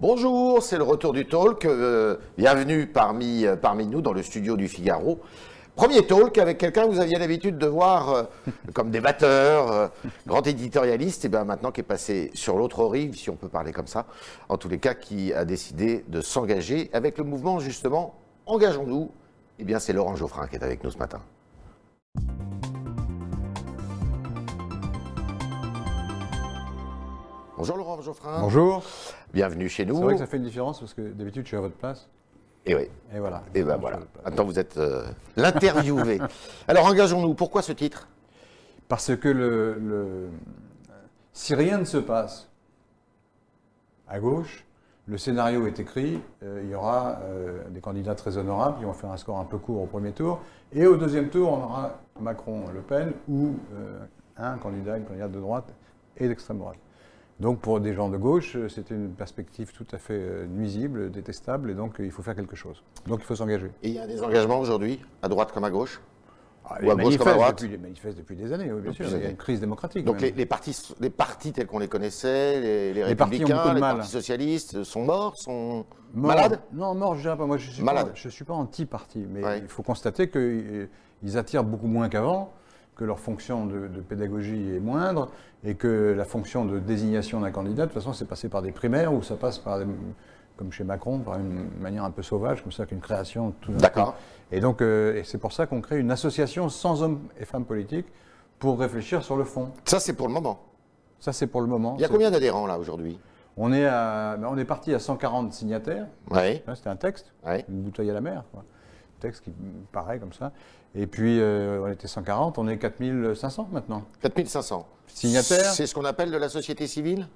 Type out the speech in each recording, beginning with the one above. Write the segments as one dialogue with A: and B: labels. A: Bonjour, c'est le retour du talk. euh, bienvenue parmi, euh, parmi nous dans le studio du Figaro. Premier talk avec quelqu'un que vous aviez l'habitude de voir euh, comme débatteur, euh, grand éditorialiste, et bien maintenant qui est passé sur l'autre rive, si on peut parler comme ça, en tous les cas, qui a décidé de s'engager avec le mouvement justement Engageons-nous. Et bien c'est Laurent Geoffrin qui est avec nous ce matin. Bonjour Laurent Geoffrin.
B: Bonjour.
A: Bienvenue chez nous.
B: C'est vrai que ça fait une différence parce que d'habitude je suis à votre place.
A: Et Eh oui.
B: Et voilà.
A: Et ben voilà. Maintenant, vous êtes euh, l'interviewé. Alors, engageons-nous. Pourquoi ce titre
B: Parce que le, le- si rien ne se passe à gauche, le scénario est écrit, euh, il y aura euh, des candidats très honorables qui vont faire un score un peu court au premier tour. Et au deuxième tour, on aura Macron-Le Pen ou euh, un candidat, une candidate de droite et d'extrême droite. Donc pour des gens de gauche, euh, c'est une perspective tout à fait euh, nuisible, détestable, et donc euh, il faut faire quelque chose. Donc il faut s'engager.
A: Et Il y a des engagements aujourd'hui, à droite comme à gauche.
B: Ah,
A: Ou
B: les
A: à gauche comme à
B: manifestes
A: droite.
B: Depuis, les manifestes depuis des années, oui, bien
A: Depuis des
B: sûr. Il y a
A: années.
B: une crise démocratique.
A: Donc, les,
B: même.
A: les partis, les partis tels qu'on les connaissait, les, les
B: Les partis ont
A: républicains,
B: beaucoup de
A: les
B: mal.
A: partis socialistes, euh, sont morts, sont
B: Mort-
A: malades
B: Non, mort, je dirais pas. Moi, je suis
A: Malade.
B: Pas, je suis pas anti-parti, mais
A: Ouais.
B: il faut constater qu'ils attirent beaucoup moins qu'avant, que leur fonction de, de pédagogie est moindre et que la fonction de désignation d'un candidat, de toute façon, c'est passé par des primaires ou ça passe par, des- comme chez Macron, par une manière un peu sauvage, comme ça, qu'une création. tout d'un coup.
A: D'accord.
B: Et donc, euh, et c'est pour ça qu'on crée une association sans hommes et femmes politiques pour réfléchir sur le fond.
A: Ça, c'est pour le moment.
B: Ça, c'est pour le moment.
A: Il y a
B: C'est-
A: combien d'adhérents là aujourd'hui
B: On est, à- ben, on est parti à 140 signataires.
A: Oui.
B: Hein, C'était un texte,
A: Ouais.
B: une bouteille à la mer. Quoi. Un texte qui paraît comme ça. Et puis, euh, on était 140, on est 4500 maintenant.
A: 4500.
B: Signataires
A: C'est ce qu'on appelle de la société civile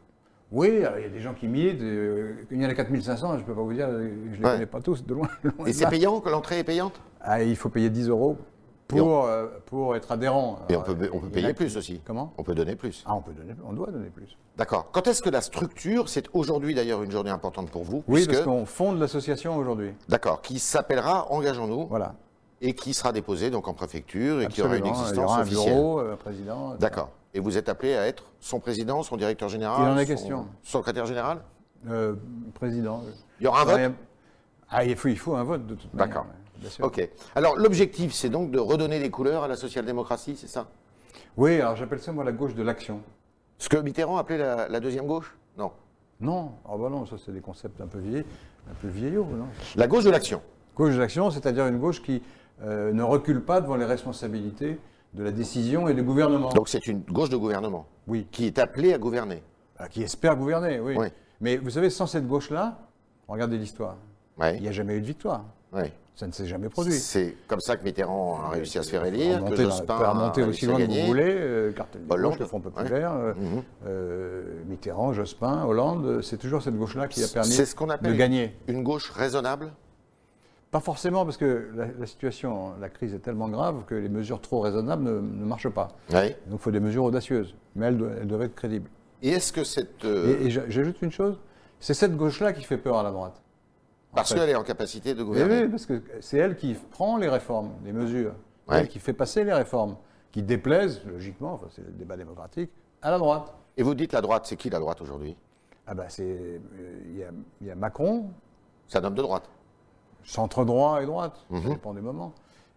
B: Oui, alors, il y a des gens qui militent. euh, il y en a 4500, je ne peux pas vous dire, euh, je ne les
A: Ouais.
B: connais pas tous, de loin. loin
A: Et
B: de
A: c'est
B: là.
A: payant, que l'entrée est payante
B: Ah, il faut payer 10 euros
A: Et
B: pour, euh, pour être adhérent.
A: Et on
B: Alors,
A: peut, on peut
B: il y en a
A: payer
B: qui-
A: plus aussi.
B: Comment
A: On peut donner plus.
B: Ah, on, peut donner, on doit donner plus.
A: D'accord. Quand est-ce que la structure, c'est aujourd'hui d'ailleurs une journée importante pour vous
B: Oui,
A: puisque-
B: parce qu'on fonde l'association aujourd'hui.
A: D'accord, qui s'appellera Engageons-nous
B: Voilà.
A: et qui sera déposé donc en préfecture et qui aura une
B: Absolument,
A: existence
B: il y aura un
A: officielle.
B: bureau, euh, un président. etc.
A: D'accord. Et vous êtes appelé à être son président, son directeur général,
B: Il en est
A: son
B: question.
A: son secrétaire général
B: Euh, président. euh,
A: Il y aura un vote
B: Ah, il faut, il faut un vote de toute manière.
A: D'accord.
B: ouais, bien sûr.
A: Ok. Alors l'objectif, c'est donc de redonner des couleurs à la social-démocratie, c'est ça
B: Oui, alors j'appelle ça moi la gauche de l'action.
A: Ce que Mitterrand appelait la, la deuxième gauche Non.
B: Non, ah bah non, ça c'est des concepts un peu vieillis, un peu vieillots, non
A: La gauche de l'action.
B: Gauche de l'action, c'est-à-dire une gauche qui euh, ne recule pas devant les responsabilités de la décision et du gouvernement.
A: Donc c'est une gauche de gouvernement
B: oui.
A: qui est appelée à gouverner.
B: Ah, Qui espère gouverner, oui.
A: Oui.
B: Mais vous savez, sans cette gauche-là, regardez l'histoire. Il
A: Oui.
B: n'y a jamais eu de victoire.
A: oui.
B: Ça ne s'est jamais produit.
A: C'est comme ça que Mitterrand a réussi à se faire élire, que
B: Remonter, dans-
A: Jospin
B: faire
A: a
B: remonter aussi
A: réussi à
B: loin que
A: gagner.
B: vous voulez, euh, cartel de
A: Hollande,
B: gauche, le Front
A: ouais.
B: populaire, euh,
A: Mhm.
B: euh, Mitterrand, Jospin, Hollande, euh, c'est toujours cette gauche-là qui a permis
A: C'est ce qu'on appelle
B: de gagner.
A: Une gauche raisonnable
B: Pas forcément parce que la, la situation, la crise est tellement grave que les mesures trop raisonnables ne, ne marchent pas.
A: Oui.
B: Donc il faut des mesures audacieuses, mais elles, do- elles doivent être crédibles.
A: Et est-ce que cette.
B: Et-
A: euh,
B: Et, j'a- j'ajoute une chose, c'est cette gauche-là qui fait peur à la droite.
A: parce
B: en fait.
A: qu'elle est en capacité de
B: Eh Oui,
A: gouverner.
B: oui, parce que c'est elle qui prend les réformes, les mesures, C'est
A: Ouais.
B: elle qui fait passer les réformes, qui déplaisent, logiquement, enfin, c'est le débat démocratique, à la droite.
A: Et vous dites la droite, c'est qui la droite aujourd'hui
B: Ah ben c'est, euh, il y a- il y, a Macron,
A: C'est un homme de droite.
B: centre droit et droite, ça
A: Mhm.
B: dépend des moments.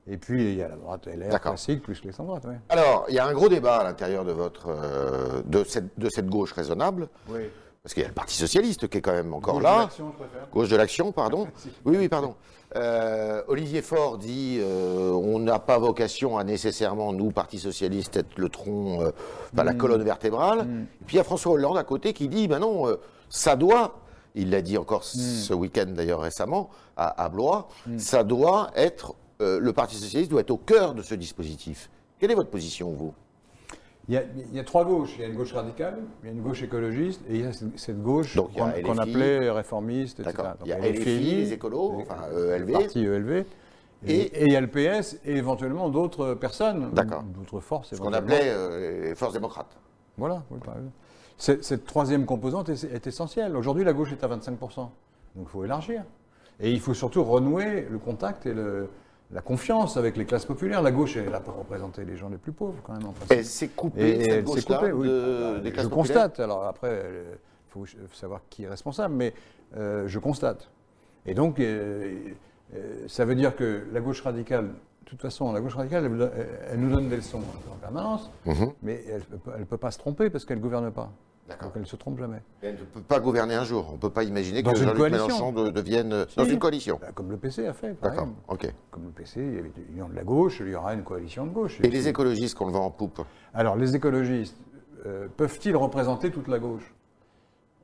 B: Et puis il y a la droite LR
A: D'accord.
B: classique plus les sans droite, oui.
A: Alors, il y a un gros débat à l'intérieur de, votre, euh, de, cette, de cette gauche raisonnable,
B: Oui.
A: parce qu'il y a le Parti Socialiste qui est quand même encore là. Gauche de l'action, pardon. Oui, oui, pardon. Euh, Olivier Faure dit euh, on n'a pas vocation à nécessairement, nous, Parti Socialiste, être le tronc, euh, enfin, la colonne vertébrale. Et puis il y a François Hollande à côté qui dit ben non, euh, ça doit, il l'a dit encore ce week-end d'ailleurs récemment, à, à Blois, ça doit être, euh, le Parti Socialiste doit être au cœur de ce dispositif. Quelle est votre position, vous
B: Il y, a, il y a trois gauches. Il y a une gauche radicale, il y a une gauche écologiste, et il y a cette cette gauche
A: Donc, il y a
B: qu'on qu'on
A: LFI.
B: appelait réformiste, etc.
A: D'accord.
B: Donc,
A: Il y a LFI, les écolos,
B: les-
A: enfin,
B: le
A: ELV.
B: parti ELV. Et,
A: Et-
B: et il y a le PS et éventuellement d'autres personnes,
A: D'accord.
B: d'autres forces.
A: Ce qu'on
B: éventuellement.
A: appelait euh, les forces démocrates.
B: Voilà, oui, par exemple. Cette, cette troisième composante est, est essentielle. Aujourd'hui, la gauche est à 25%. Donc il faut élargir. Et il faut surtout renouer le contact et le- la confiance avec les classes populaires. La gauche est là pour représenter les gens les plus pauvres, quand même. en principe.
A: Et c'est coupé, cette
B: elle s'est
A: gauche-là,
B: coupée, oui.
A: de-
B: Ah bah,
A: des
B: Je
A: classes populaires
B: constate, alors après, il faut savoir qui est responsable, mais euh, je constate. Et donc, euh, euh, ça veut dire que la gauche radicale, de toute façon, la gauche radicale, elle, elle- elle nous donne des leçons en permanence,
A: Mhm.
B: mais elle ne peut, elle peut pas se tromper parce qu'elle ne gouverne pas.
A: D'accord.
B: Donc elle ne se trompe jamais.
A: Elle ne peut pas gouverner un jour. On ne peut pas imaginer
B: Dans
A: que
B: une
A: Jean-Luc
B: coalition.
A: Mélenchon de- devienne euh,
B: Si.
A: dans une coalition.
B: Bah, comme le PC a fait, par
A: D'accord,
B: exemple.
A: ok.
B: Comme le PC, il y avait une union de la gauche, il y aura une coalition de gauche.
A: Et les écologistes qu'on le vend en poupe
B: Alors, les écologistes, euh, peuvent-ils représenter toute la gauche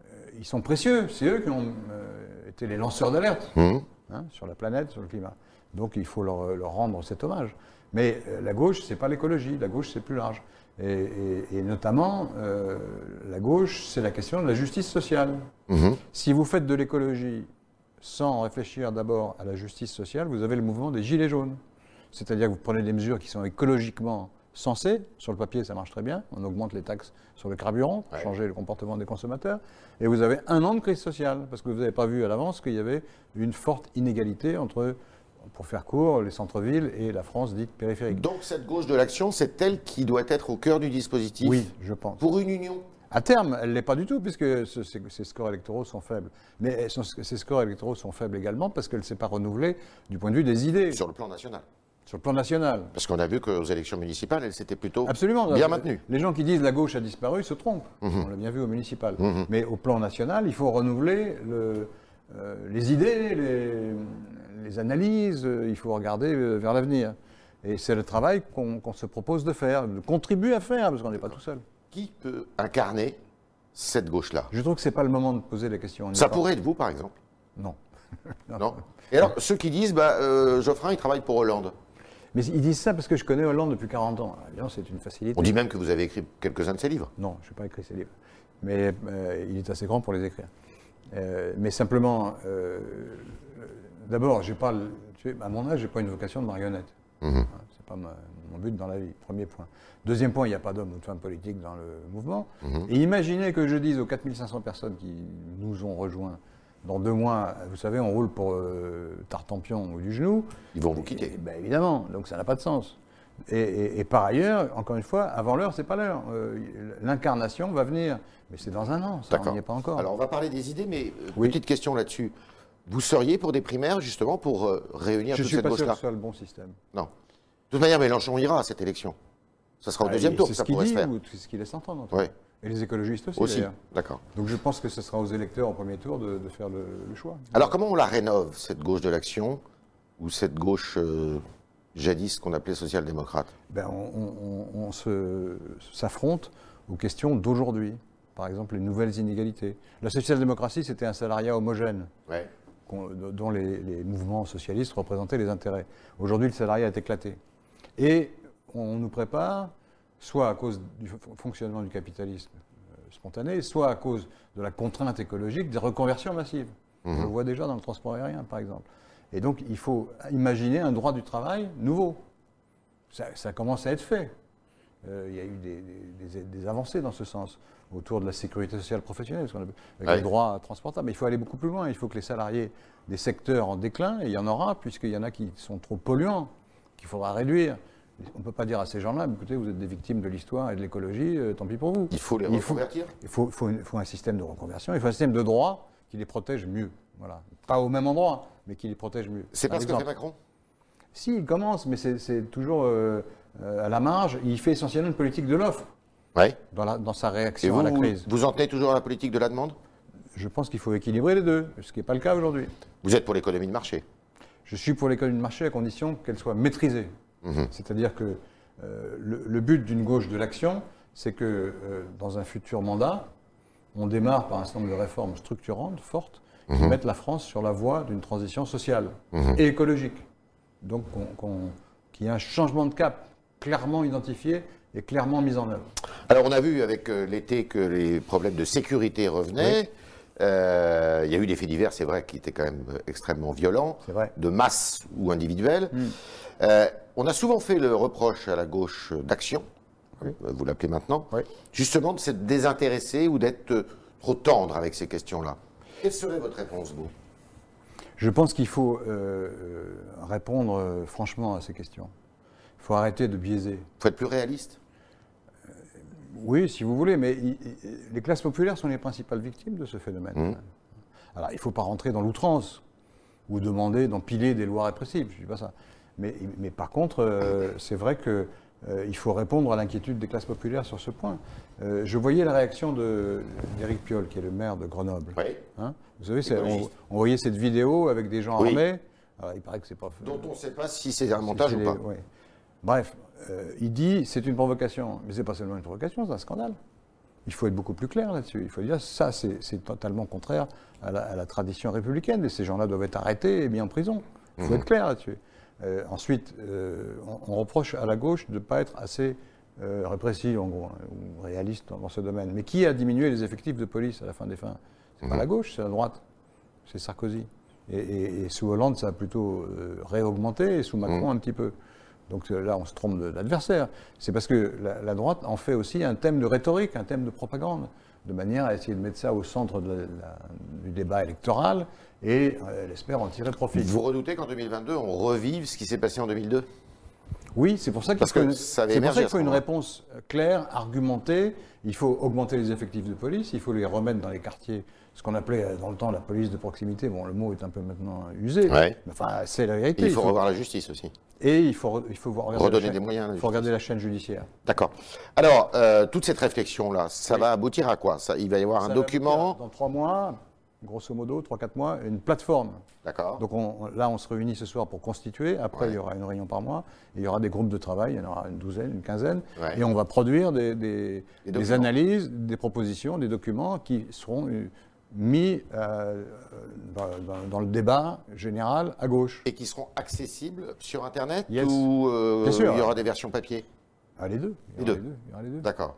B: Euh, Ils sont précieux, c'est eux qui ont euh, été les lanceurs d'alerte
A: Mhm.
B: hein, sur la planète, sur le climat. Donc, il faut leur, leur rendre cet hommage. Mais euh, la gauche, c'est pas l'écologie, la gauche, c'est plus large. Et, et- et notamment, euh, la gauche, c'est la question de la justice sociale.
A: Mhm.
B: Si vous faites de l'écologie sans réfléchir d'abord à la justice sociale, vous avez le mouvement des gilets jaunes. C'est-à-dire que vous prenez des mesures qui sont écologiquement sensées. Sur le papier, ça marche très bien. On augmente les taxes sur le carburant pour
A: Ouais.
B: changer le comportement des consommateurs. Et vous avez un an de crise sociale parce que vous n'avez pas vu à l'avance qu'il y avait une forte inégalité entre, pour faire court, les centres-villes et la France dite périphérique.
A: Donc cette gauche de l'action, c'est elle qui doit être au cœur du dispositif
B: Oui, je pense.
A: pour une union.
B: À terme, elle ne l'est pas du tout, puisque ce- ces, ces scores électoraux sont faibles. Mais elles sont- ces scores électoraux sont faibles également parce qu'elle ne s'est pas renouvelée du point de vue des idées, sur,
A: Sur le plan national.
B: le plan national.
A: Parce qu'on a vu qu'aux élections municipales, elle s'était plutôt
B: Absolument.
A: Oh, bien Mhm. maintenue.
B: Les gens qui disent la gauche a disparu se trompent. On l'a bien vu au municipal.
A: Mhm.
B: Mais au plan national, il faut renouveler le- euh, les idées, les, les analyses, euh, il faut regarder euh, vers l'avenir. Et c'est le travail qu'on qu'on se propose de faire, de contribuer à faire, parce qu'on n'est pas tout seul.
A: Qui peut incarner cette gauche-là
B: Je trouve que ce n'est pas le moment de poser la question. On y
A: Ça
B: est pas.
A: pourrait être vous, par exemple.
B: Non. Ah.
A: Non Et alors, ceux qui disent, bah, euh, Geoffrin, il travaille pour Hollande.
B: Mais ils disent ça parce que je connais Hollande depuis 40 ans. Alors, évidemment, c'est une facilité.
A: On dit même que vous avez écrit quelques-uns de ses livres.
B: Non, je n'ai pas écrit ces livres. Mais euh, il est assez grand pour les écrire. Euh, mais simplement, euh, euh, d'abord, j'ai pas, le- tu sais, à mon âge, je n'ai pas une vocation de marionnette. Hein, C'est pas ma- mon but dans la vie, premier point. Deuxième point, il n'y a pas d'homme ou de femme politique dans le mouvement.
A: Mhm.
B: Et imaginez que je dise aux 4500 personnes qui nous ont rejoints, dans deux mois, vous savez, on roule pour euh, Tartampion ou du genou,
A: Ils vont vous
B: Eh
A: quitter.
B: ben, évidemment, donc ça n'a pas de sens. Et, et- et par ailleurs, encore une fois, avant l'heure, c'est pas l'heure. Euh, L'incarnation va venir, mais c'est dans un an, ça, on
A: D'accord.
B: n'y est pas encore.
A: Alors, on va parler des idées, mais euh,
B: Oui.
A: petite question là-dessus. Vous seriez pour des primaires, justement, pour euh, réunir
B: je
A: toute
B: suis
A: cette
B: pas sûr que
A: gauche-là
B: ce soit le bon système.
A: Non. De toute manière, Mélenchon ira à cette élection. Ça sera au
B: Ah,
A: deuxième
B: et
A: tour
B: c'est
A: que
B: ce
A: ça
B: qu'il
A: pourrait
B: dit,
A: se faire.
B: ou c'est ce qu'il laisse entendre. en tout
A: Oui,
B: cas. Et les écologistes aussi,
A: aussi.
B: d'ailleurs.
A: D'accord.
B: Donc je pense que ce sera aux électeurs au premier tour de, de faire le, le choix.
A: Alors, comment on la rénove, cette gauche de l'action, ou cette gauche euh, jadis qu'on appelait social-démocrate
B: Ben, on, on- on- on se- s'affronte aux questions d'aujourd'hui. Par exemple, les nouvelles inégalités. La social-démocratie, c'était un salariat homogène.
A: Ouais.
B: qu'on- dont les, les mouvements socialistes représentaient les intérêts. Aujourd'hui, le salariat est éclaté. Et on nous prépare, soit à cause du fon- fonctionnement du capitalisme euh, spontané, soit à cause de la contrainte écologique, des reconversions massives.
A: Mhm.
B: On le voit déjà dans le transport aérien, par exemple. Et donc, il faut imaginer un droit du travail nouveau. Ça, ça commence à être fait. Euh, il y a eu des, des- des- des avancées dans ce sens, autour de la sécurité sociale professionnelle, ce qu'on appelle- avec
A: Ouais.
B: le droit transportable. Mais il faut aller beaucoup plus loin. Il faut que les salariés des secteurs en déclin, et il y en aura, puisqu'il y en a qui sont trop polluants, qu'il faudra réduire. On ne peut pas dire à ces gens-là, écoutez, vous êtes des victimes de l'histoire et de l'écologie, euh, tant pis pour vous.
A: Il faut les
B: Il faut-
A: reconvertir
B: Il faut, faut une- faut un système de reconversion, il faut un système de droit qui les protège mieux. Voilà. Pas au même endroit, mais qui les protège mieux.
A: C'est
B: Par
A: pas ce que
B: exemple.
A: fait Macron
B: Si, il commence, mais c'est- c'est toujours euh, euh, à la marge. Il fait essentiellement une politique de l'offre
A: Ouais.
B: dans, la- dans sa
A: Et
B: réaction
A: vous,
B: à la
A: vous,
B: crise.
A: vous en tenez toujours à la politique de la demande
B: Je pense qu'il faut équilibrer les deux, ce qui n'est pas le cas aujourd'hui.
A: Vous êtes pour l'économie de marché
B: Je suis pour l'économie de marché à condition qu'elle soit maîtrisée. C'est-à-dire que euh, le, le but d'une gauche de l'action, c'est que euh, dans un futur mandat, on démarre par un certain nombre de réformes structurantes, fortes, qui mettent la France sur la voie d'une transition sociale et écologique. Donc qu'on- qu'on- qu'il y ait un changement de cap clairement identifié et clairement mis en œuvre.
A: Alors, on a vu avec euh, l'été que les problèmes de sécurité revenaient. Euh, Il y a eu des faits divers, c'est vrai, qui étaient quand même euh, extrêmement violents,
B: C'est vrai. Hmm.
A: de masse ou individuels. Euh, on a souvent fait le reproche à la gauche euh, d'action,
B: Oui.
A: euh, vous l'appelez maintenant,
B: Oui.
A: justement de s'être désintéressé ou d'être euh, trop tendre avec ces questions-là. Quelle serait votre réponse, vous
B: Je pense qu'il faut euh, euh, répondre euh, franchement à ces questions. Il faut arrêter de biaiser.
A: Faut être plus réaliste
B: Oui, si vous voulez, mais i- i- les classes populaires sont les principales victimes de ce phénomène.
A: Mmh.
B: Alors, il ne faut pas rentrer dans l'outrance ou demander d'empiler des lois répressives, je ne dis pas ça. Mais, mais par contre, euh, c'est vrai qu'il faut répondre à l'inquiétude des classes populaires sur ce point. Euh, je voyais la réaction de- d'Éric Piolle, qui est le maire de Grenoble.
A: Oui.
B: Hein Vous savez, c'est- on,
A: Écologiste.
B: on voyait cette vidéo avec des gens
A: Oui.
B: armés. Alors, il paraît que c'est pas
A: Dont on ne sait pas si c'est un
B: c'est-
A: montage
B: c'est
A: ou
B: les-
A: pas.
B: ouais. Bref, euh, il dit c'est une provocation, mais c'est pas seulement une provocation, c'est un scandale. Il faut être beaucoup plus clair là-dessus. Il faut dire ça, c'est c'est totalement contraire à la, à la tradition républicaine. Et ces gens-là doivent être arrêtés et mis en prison. Il
A: Mhm.
B: faut être clair là-dessus. Euh, ensuite, euh, on, on reproche à la gauche de ne pas être assez euh, répressive, en gros, hein, ou réaliste dans, dans ce domaine. Mais qui a diminué les effectifs de police à la fin des fins C'est pas la gauche, c'est la droite c'est Sarkozy. Et, et- et sous Hollande, ça a plutôt euh, réaugmenté, et sous Macron, un petit peu. Donc euh, là, on se trompe de- d'adversaire. C'est parce que la, la droite en fait aussi un thème de rhétorique, un thème de propagande, de manière à essayer de mettre ça au centre de la- la- du débat électoral, et euh, elle espère en tirer profit.
A: Vous redoutez qu'en 2022, on revive ce qui s'est passé en 2002
B: Oui, c'est pour ça qu'il
A: Parce
B: faut,
A: que
B: une,
A: ça avait
B: c'est pour
A: émergé
B: ça
A: à
B: qu'il
A: ce
B: faut une
A: moment-là.
B: réponse euh, claire, argumentée. Il faut augmenter les effectifs de police, il faut les remettre dans les quartiers, ce qu'on appelait euh, dans le temps la police de proximité. Bon, le mot est un peu maintenant euh, usé,
A: Ouais.
B: mais enfin, c'est la
A: Et
B: vérité.
A: il faut revoir la justice aussi.
B: et il faut, re- il faut voir- regarder
A: Redonner
B: la chaîne-
A: des moyens à la
B: il faut regarder la chaîne judiciaire.
A: D'accord. Alors, euh, toute cette réflexion-là, ça va aboutir à quoi Ça- Il va y avoir
B: Ça
A: un
B: va
A: document.
B: aboutir Dans trois mois, grosso modo, trois, quatre mois, une plateforme.
A: D'accord.
B: Donc on- on- là, on se réunit ce soir pour constituer. Après, il y aura une réunion par mois. Et il y aura des groupes de travail. Il y en aura une douzaine, une quinzaine.
A: Ouais.
B: Et on va produire des, des-
A: Des
B: des
A: documents.
B: analyses, des propositions, des documents qui seront euh, mis euh, dans, dans- dans le débat général à gauche.
A: Et qui seront accessibles sur Internet
B: Yes.
A: ou euh,
B: Bien sûr.
A: il y aura des versions papier
B: Ah, les deux. Il y
A: Les
B: aura
A: deux.
B: Il y aura les deux.
A: D'accord.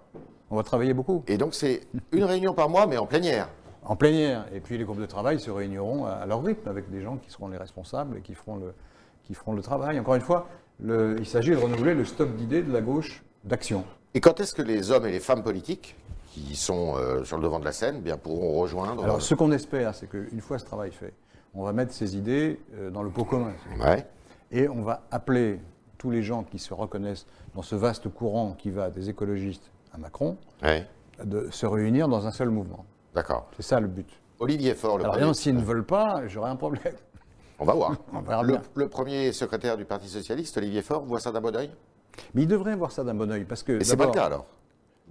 B: On va travailler beaucoup.
A: Et donc, c'est une réunion par mois, mais en plénière.
B: En plénière. Et puis les groupes de travail se réuniront à- à leur rythme avec des gens qui seront les responsables et qui feront le, qui feront le travail. Encore une fois, le- il s'agit de renouveler le stock d'idées de la gauche d'action.
A: Et quand est-ce que les hommes et les femmes politiques, qui sont euh, sur le devant de la scène, eh bien, pourront rejoindre
B: Alors ce qu'on espère, c'est qu'une fois ce travail fait, on va mettre ces idées euh, dans le pot commun.
A: Ouais.
B: Et on va appeler tous les gens qui se reconnaissent dans ce vaste courant qui va des écologistes à Macron,
A: Ouais.
B: de se réunir dans un seul mouvement.
A: D'accord.
B: C'est ça le but.
A: Olivier Faure, le
B: Alors
A: premier-
B: évidemment, s'ils ne veulent pas, j'aurai un problème.
A: On va voir.
B: On verra
A: le,
B: bien.
A: le premier secrétaire du Parti Socialiste, Olivier Faure, voit ça d'un bon oeil
B: Mais ils devraient voir ça d'un bon oeil, parce que...
A: Et c'est pas le
B: d'abord-
A: cas alors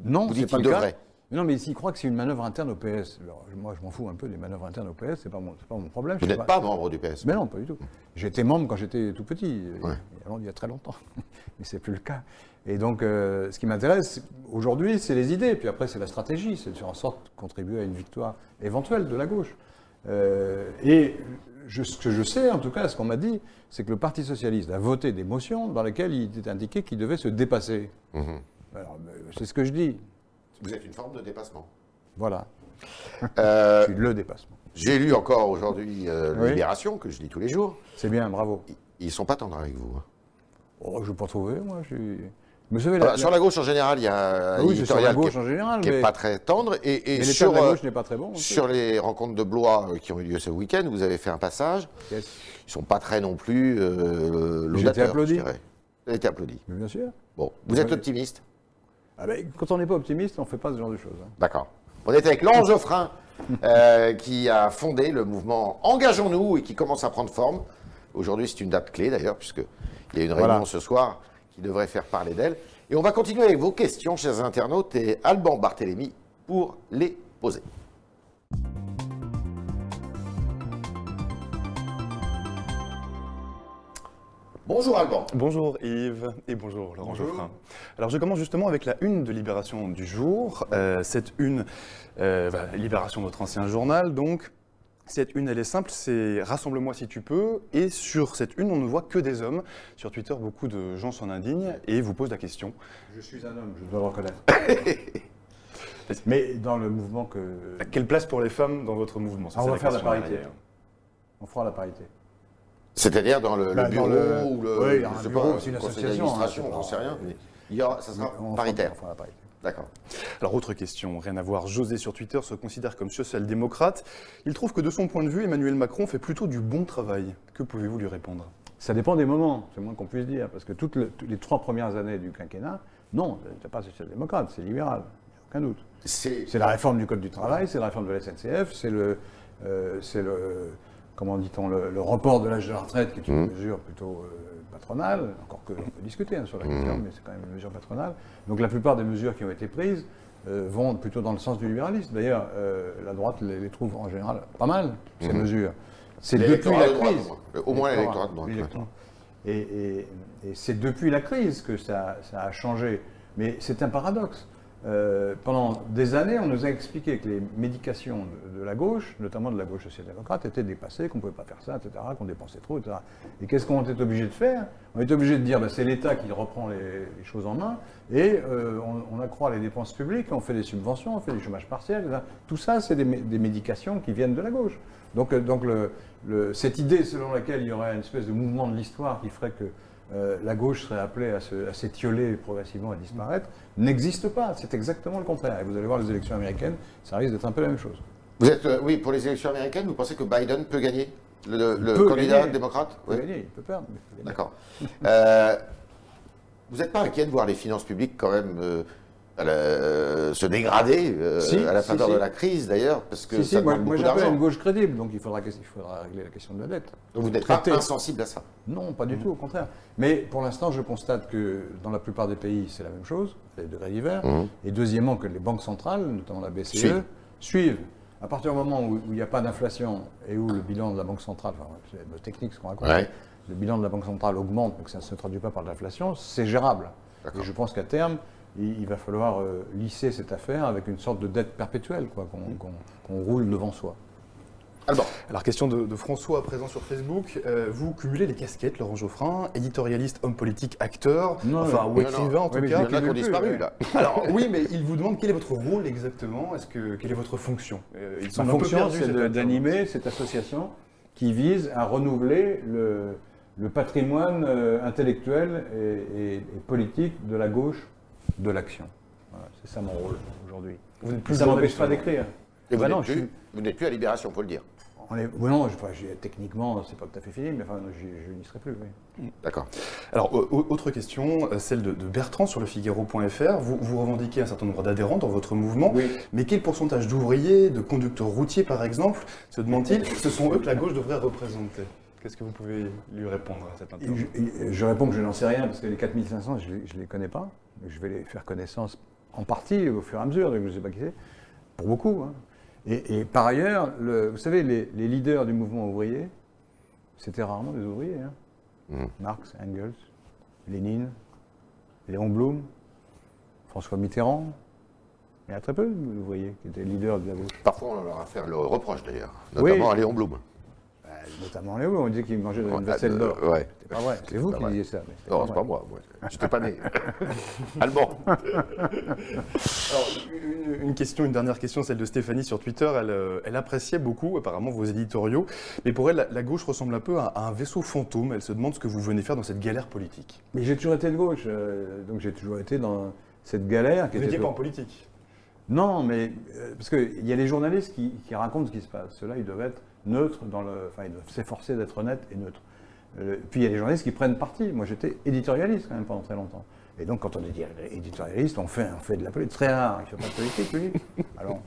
B: Non,
A: Vous
B: c'est
A: dites
B: pas
A: il
B: le cas.
A: devrait.
B: Mais Non, mais s'ils croient que c'est une manœuvre interne au PS, alors, moi je m'en fous un peu des manœuvres internes au PS, c'est pas mon, c'est pas mon problème. je
A: Vous
B: sais
A: n'êtes pas membre du PS.
B: Mais non, pas du tout. J'étais membre quand j'étais tout petit, euh,
A: Ouais.
B: il y a long- il y a très longtemps, mais c'est plus le cas. Et donc, euh, ce qui m'intéresse aujourd'hui, c'est les idées, puis après, c'est la stratégie, c'est de faire en sorte de contribuer à une victoire éventuelle de la gauche. Euh, et je- ce que je sais, en tout cas, ce qu'on m'a dit, c'est que le Parti socialiste a voté des motions dans lesquelles il était indiqué qu'il devait se dépasser.
A: Mhm.
B: Alors, euh, c'est ce que je dis.
A: Vous êtes une forme de dépassement.
B: Voilà,
A: Euh,
B: je suis le dépassement.
A: J'ai lu encore aujourd'hui euh,
B: Oui.
A: Libération, que je lis tous les jours.
B: C'est bien, bravo.
A: Ils sont pas tendres avec vous. hein.
B: Oh, je ne pas trouver, moi, je suis... Vous savez,
A: Alors, sur la gauche en général, il y a un
B: Ah oui, c'est sur
A: éditorial
B: la gauche
A: qui
B: en
A: est-
B: général,
A: qui n'est
B: mais,
A: pas très tendre. Et, et
B: mais l'état
A: sur,
B: de la
A: euh,
B: gauche n'est pas très bon.
A: sur les rencontres de Blois euh, qui ont eu lieu ce week-end, vous avez fait un passage.
B: Yes.
A: Ils sont pas très non plus euh,
B: J'ai
A: laudateurs,
B: été applaudi.
A: je dirais. Vous avez été applaudi.
B: Mais bien sûr.
A: Bon, vous
B: Ouais.
A: êtes optimiste
B: Ah ben, quand on n'est pas optimiste, on ne fait pas ce genre de choses. hein.
A: D'accord. On est avec Laurent Geoffrin, euh, qui a fondé le mouvement Engageons-nous et qui commence à prendre forme. Aujourd'hui, c'est une date clé d'ailleurs, puisqu'il y a une réunion
B: Voilà.
A: ce soir qui devrait faire parler d'elle. Et on va continuer avec vos questions, chers internautes, et Alban Barthélémy pour les poser. Bonjour Alban.
C: Bonjour Yves et bonjour Laurent Geoffrin. Alors je commence justement avec la une de Libération du jour. Euh, cette une, euh, bah, Libération, notre ancien journal, donc cette une elle est simple, c'est rassemble-moi si tu peux. Et sur cette une on ne voit que des hommes. Sur Twitter beaucoup de gens s'en indignent et vous posent la question.
B: Je suis un homme, je dois le reconnaître. Mais dans le mouvement que...
C: Quelle place pour les femmes dans votre mouvement Ça,
B: Ah, on
C: c'est
B: va faire la
C: question
B: parité.
C: derrière.
B: On fera la parité.
A: C'est-à-dire dans le, le
B: Bah, dans
A: bureau
B: le-
A: ou le.
B: Oui, il y a
A: je
B: un
A: sais
B: bureau,
A: pas, euh,
B: c'est une
A: conseil
B: association, hein,
A: d'administration,
B: c'est
A: j'en sais
B: pas-
A: rien. mais il y aura- ça sera
B: On fera-
A: paritaire.
B: on fera la parité.
A: D'accord.
C: Alors, autre question, rien à voir. José sur Twitter se considère comme social-démocrate. Il trouve que de son point de vue, Emmanuel Macron fait plutôt du bon travail. Que pouvez-vous lui répondre
B: Ça dépend des moments, c'est le moins qu'on puisse dire, parce que toutes le- toutes les trois premières années du quinquennat, non, t'as pas social-démocrate, c'est libéral. aucun doute.
A: C'est
B: C'est la réforme du Code du travail, c'est la réforme de la SNCF, c'est le, euh, c'est le, comment dit-on, le, le report de l'âge de la retraite, qui est une mesure plutôt euh, patronale, encore qu'on peut discuter hein, sur la question, mais c'est quand même une mesure patronale. Donc la plupart des mesures qui ont été prises euh, vont plutôt dans le sens du libéralisme. D'ailleurs, euh, la droite les, les trouve en général pas mal, ces mesures. C'est depuis
A: L'électorat
B: la
A: de droite, Euh,
B: crise.
A: au moins. Au moins l'électorat de droite, ouais.
B: l'électorat. Et, et- et c'est depuis la crise que ça, ça a changé. Mais c'est un paradoxe. Euh, pendant des années, on nous a expliqué que les médications de, de la gauche, notamment de la gauche social-démocrate, étaient dépassées, qu'on ne pouvait pas faire ça, etc., qu'on dépensait trop, etc. Et qu'est-ce qu'on était obligé de faire On était obligé de dire bah, c'est l'État qui reprend les, les choses en main, et euh, on, on accroît les dépenses publiques, on fait des subventions, on fait du chômage partiel, etc. Tout ça, c'est des, mé- des médications qui viennent de la gauche. Donc, euh, donc le- le- cette idée selon laquelle il y aurait une espèce de mouvement de l'histoire qui ferait que euh, la gauche serait appelée à se- à s'étioler progressivement, à disparaître, n'existe pas. C'est exactement le contraire. Et vous allez voir les élections américaines, ça risque d'être un peu la même chose.
A: Vous êtes, euh, oui, pour les élections américaines, vous pensez que Biden peut gagner Le, le
B: peut
A: candidat
B: gagner.
A: démocrate
B: Il peut
A: Oui.
B: gagner, il peut perdre. mais il peut gagner.
A: D'accord. Euh, vous n'êtes pas inquiet de voir les finances publiques quand même euh, à la- euh, se dégrader euh,
B: Si,
A: à la
B: si,
A: faveur
B: si.
A: de la crise d'ailleurs, parce que
B: Si, si,
A: ça
B: moi,
A: demande
B: moi
A: beaucoup
B: j'appelle une
A: d'argent.
B: gauche crédible, donc il faudra, il faudra régler la question de la dette.
A: Donc vous n'êtes pas
B: traiter.
A: insensible à ça.
B: Non, pas du tout, au contraire. Mais pour l'instant, je constate que dans la plupart des pays, c'est la même chose, les degrés divers. Et deuxièmement, que les banques centrales, notamment la BCE,
A: Suivent.
B: suivent. À partir du moment où où il n'y a pas d'inflation et où le bilan de la banque centrale, enfin, c'est le technique, ce qu'on raconte,
A: Ouais.
B: le bilan de la banque centrale augmente, mais que ça ne se traduit pas par de l'inflation, c'est gérable.
A: D'accord.
B: Et je pense qu'à terme, il, il va falloir euh, lisser cette affaire avec une sorte de dette perpétuelle, quoi, qu'on
A: Mmh.
B: qu'on- qu'on roule devant soi.
A: Alors,
C: Alors, question de, de François, présent sur Facebook. Euh, vous cumulez les casquettes, Laurent Geoffrin, éditorialiste, homme politique, acteur,
B: Non,
C: enfin,
B: non,
C: ou écrivain en tout
B: mais
A: il y
C: cas.
A: en a qui ont
B: plus,
A: disparu
B: ouais.
A: là.
C: Alors, oui, mais il vous demande quel est votre rôle exactement Est-ce que, Quelle est votre fonction Euh, Ils
B: Sa
C: un peu
B: Bah, fonction,
C: perdus,
B: c'est
C: cette
B: de-
C: alternance.
B: d'animer cette association qui vise à renouveler le, le patrimoine euh, intellectuel et, et- et politique de la gauche de l'action. Voilà, c'est ça mon rôle aujourd'hui.
C: Vous n'êtes
B: Et
C: plus
B: Ça
C: dans
B: m'empêche pas
C: l'action.
B: d'écrire.
A: Et vous
B: Bah
A: n'êtes
B: non, je
A: plus,
B: suis-
A: vous n'êtes plus à Libération, faut le dire.
B: on est- oui, non, je- enfin, j'ai- techniquement, c'est pas tout à fait fini, mais enfin, je, je n'y serai plus. oui.
A: D'accord.
C: Alors, au- au- autre question, euh, celle de, de Bertrand sur le Figaro.fr. Vous, vous revendiquez un certain nombre d'adhérents dans votre mouvement, mais quel pourcentage d'ouvriers, de conducteurs routiers par exemple, se demande-t-il, ce sont eux que la gauche devrait représenter Qu'est-ce que vous pouvez lui répondre à cette
B: Et
C: interview
B: Je, et je réponds que je n'en sais rien, parce que les 4500, je ne les connais pas. Donc, Je vais les faire connaissance en partie au fur et à mesure, donc je ne sais pas qui c'est, pour beaucoup. hein. Et, et par ailleurs, le- vous savez, les, les leaders du mouvement ouvrier, c'était rarement des ouvriers. hein.
A: Mm.
B: Marx, Engels, Lénine, Léon Blum, François Mitterrand. Il y en a très peu d'ouvriers qui étaient leaders de la gauche.
A: Parfois on leur a fait le reproche d'ailleurs, notamment
B: Oui.
A: à Léon Blum.
B: Bah, notamment Léon, on disait qu'il mangeait dans une
A: Ah,
B: vaisselle
A: euh,
B: d'or.
A: ouais.
B: C'est pas vrai, c'est vous
A: pas
B: qui
A: vrai.
B: disiez ça. mais c'est
A: Non,
B: pas
A: c'est
B: vrai.
A: pas moi, moi. J'étais pas né. Allemand.
C: Alors, une, une question, une dernière question, celle de Stéphanie sur Twitter. Elle, euh, elle appréciait beaucoup apparemment vos éditoriaux, mais pour elle, la, la gauche ressemble un peu à, à un vaisseau fantôme. Elle se demande ce que vous venez faire dans cette galère politique.
B: Mais j'ai toujours été de gauche, euh, donc j'ai toujours été dans cette galère qui
C: Vous
B: était.
C: n'étiez pas en politique
B: Non, mais euh, parce qu'il y a les journalistes qui, qui racontent ce qui se passe. Ceux-là, ils doivent être neutres dans le. Enfin, ils doivent s'efforcer d'être honnêtes et neutres. Euh, puis il y a les journalistes qui prennent parti. Moi, j'étais éditorialiste quand même pendant très longtemps. Et donc, quand on est éditorialiste, on fait, on fait de la politique. Très rare, il ne fait pas de politique, lui. Alors.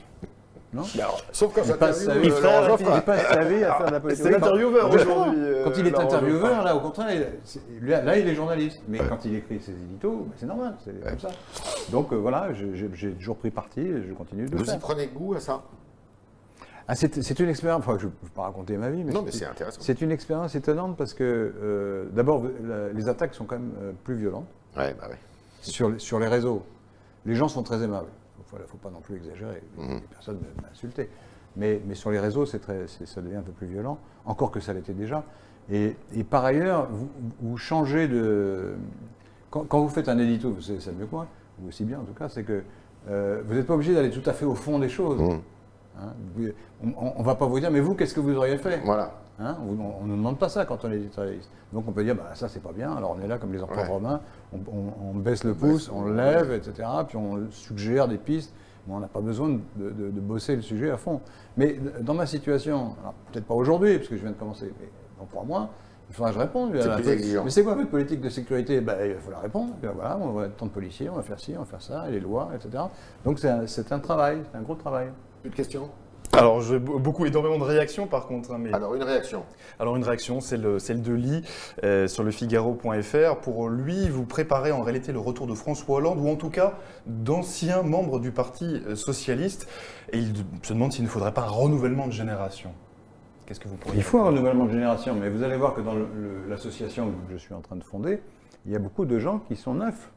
B: Non
A: Sauf quand
B: il passe sa vie,
A: euh, Laurent Joffre.
B: il passe sa vie à faire de la politique.
C: C'est
B: Oui, quand-
C: l'intervieweur
B: quand-
C: aujourd'hui, euh,
B: Quand il est
C: Laurent
B: intervieweur,
C: Joffre.
B: là, au contraire, il- c'est- là, là, il est journaliste. Mais quand il écrit ses éditos, bah, c'est normal, c'est comme ça. Donc euh, voilà, je- j'ai j'ai toujours pris parti et je continue de le
A: Vous y
B: faire.
A: prenez goût à ça
B: Ah, c'est c'est une expérience, enfin, je ne vais pas raconter ma vie, mais,
A: Non, mais c'est intéressant.
B: c'est une expérience étonnante parce que, euh, d'abord, la- les attaques sont quand même euh, plus violentes
A: Ouais, bah ouais.
B: sur, les- sur les réseaux. Les gens sont très aimables. Il ne faut pas non plus exagérer. Personne ne m'a insulté. Mais, mais sur les réseaux, c'est très, c'est- ça devient un peu plus violent, encore que ça l'était déjà. Et, et par ailleurs, vous, vous changez de. Quand, quand vous faites un édito, vous savez ça mieux que moi, ou aussi bien en tout cas, c'est que euh, vous n'êtes pas obligé d'aller tout à fait au fond des choses. Hein, vous- on ne va pas vous dire, mais vous, qu'est-ce que vous auriez fait
A: Voilà.
B: Hein, on vous- on ne nous demande pas ça quand on est éditorialiste. Donc on peut dire, bah, ça c'est pas bien, alors on est là comme les enfants
A: Ouais.
B: romains, on, on- on baisse le pouce, on le lève, etc. Puis on suggère des pistes, mais on n'a pas besoin de, de- de bosser le sujet à fond. Mais d- dans ma situation, alors peut-être pas aujourd'hui, parce que je viens de commencer, mais dans trois mois, Il faudra que je réponde. lui, à
A: C'est
B: la-
A: plus exigeant.
B: Mais c'est quoi votre politique de sécurité Ben, Il va falloir répondre. Ben, voilà, on va être tant de policiers, on va faire ci, on va faire ça, et les lois, etc. Donc c'est un, c'est un travail, c'est un gros travail.
A: Plus de questions
C: Alors, j'ai be- beaucoup, énormément de réactions par contre. hein, mais...
A: Alors, une réaction.
C: Alors une réaction, celle, celle de Lee euh, sur le Figaro.fr. Pour lui, vous préparez en réalité le retour de François Hollande, ou en tout cas d'anciens membres du Parti euh, socialiste. Et il d- se demande s'il ne faudrait pas un renouvellement de génération. Qu'est-ce que vous pourriez
B: Il faut un renouvellement de génération, mais vous allez voir que dans le- le- l'association que je suis en train de fonder, il y a beaucoup de gens qui sont neufs,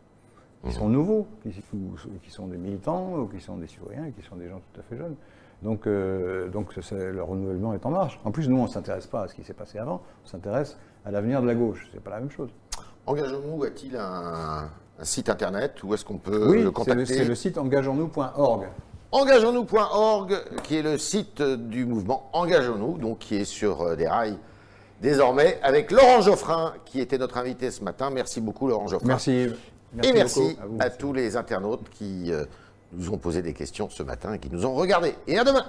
A: Mhm.
B: qui sont nouveaux, qui, ou- qui sont des militants, ou qui sont des citoyens, qui sont des gens tout à fait jeunes. Donc, euh, donc c'est- c'est- le renouvellement est en marche. En plus, nous, on ne s'intéresse pas à ce qui s'est passé avant, on s'intéresse à l'avenir de la gauche. C'est pas la même chose.
A: Engageons-nous a-t-il un, un site internet où est-ce qu'on peut
B: oui,
A: Euh, le
B: c'est le-
A: contacter
B: c'est le site engageons-nous.org.
A: Engageons-nous.org, qui est le site du mouvement Engageons-nous, donc qui est sur euh, des rails désormais, avec Laurent Geoffrin, qui était notre invité ce matin. Merci beaucoup, Laurent Geoffrin.
B: Merci Yves.
A: Et merci
B: beaucoup vous.
A: à tous les internautes qui euh, nous ont posé des questions ce matin et qui nous ont regardés. Et à demain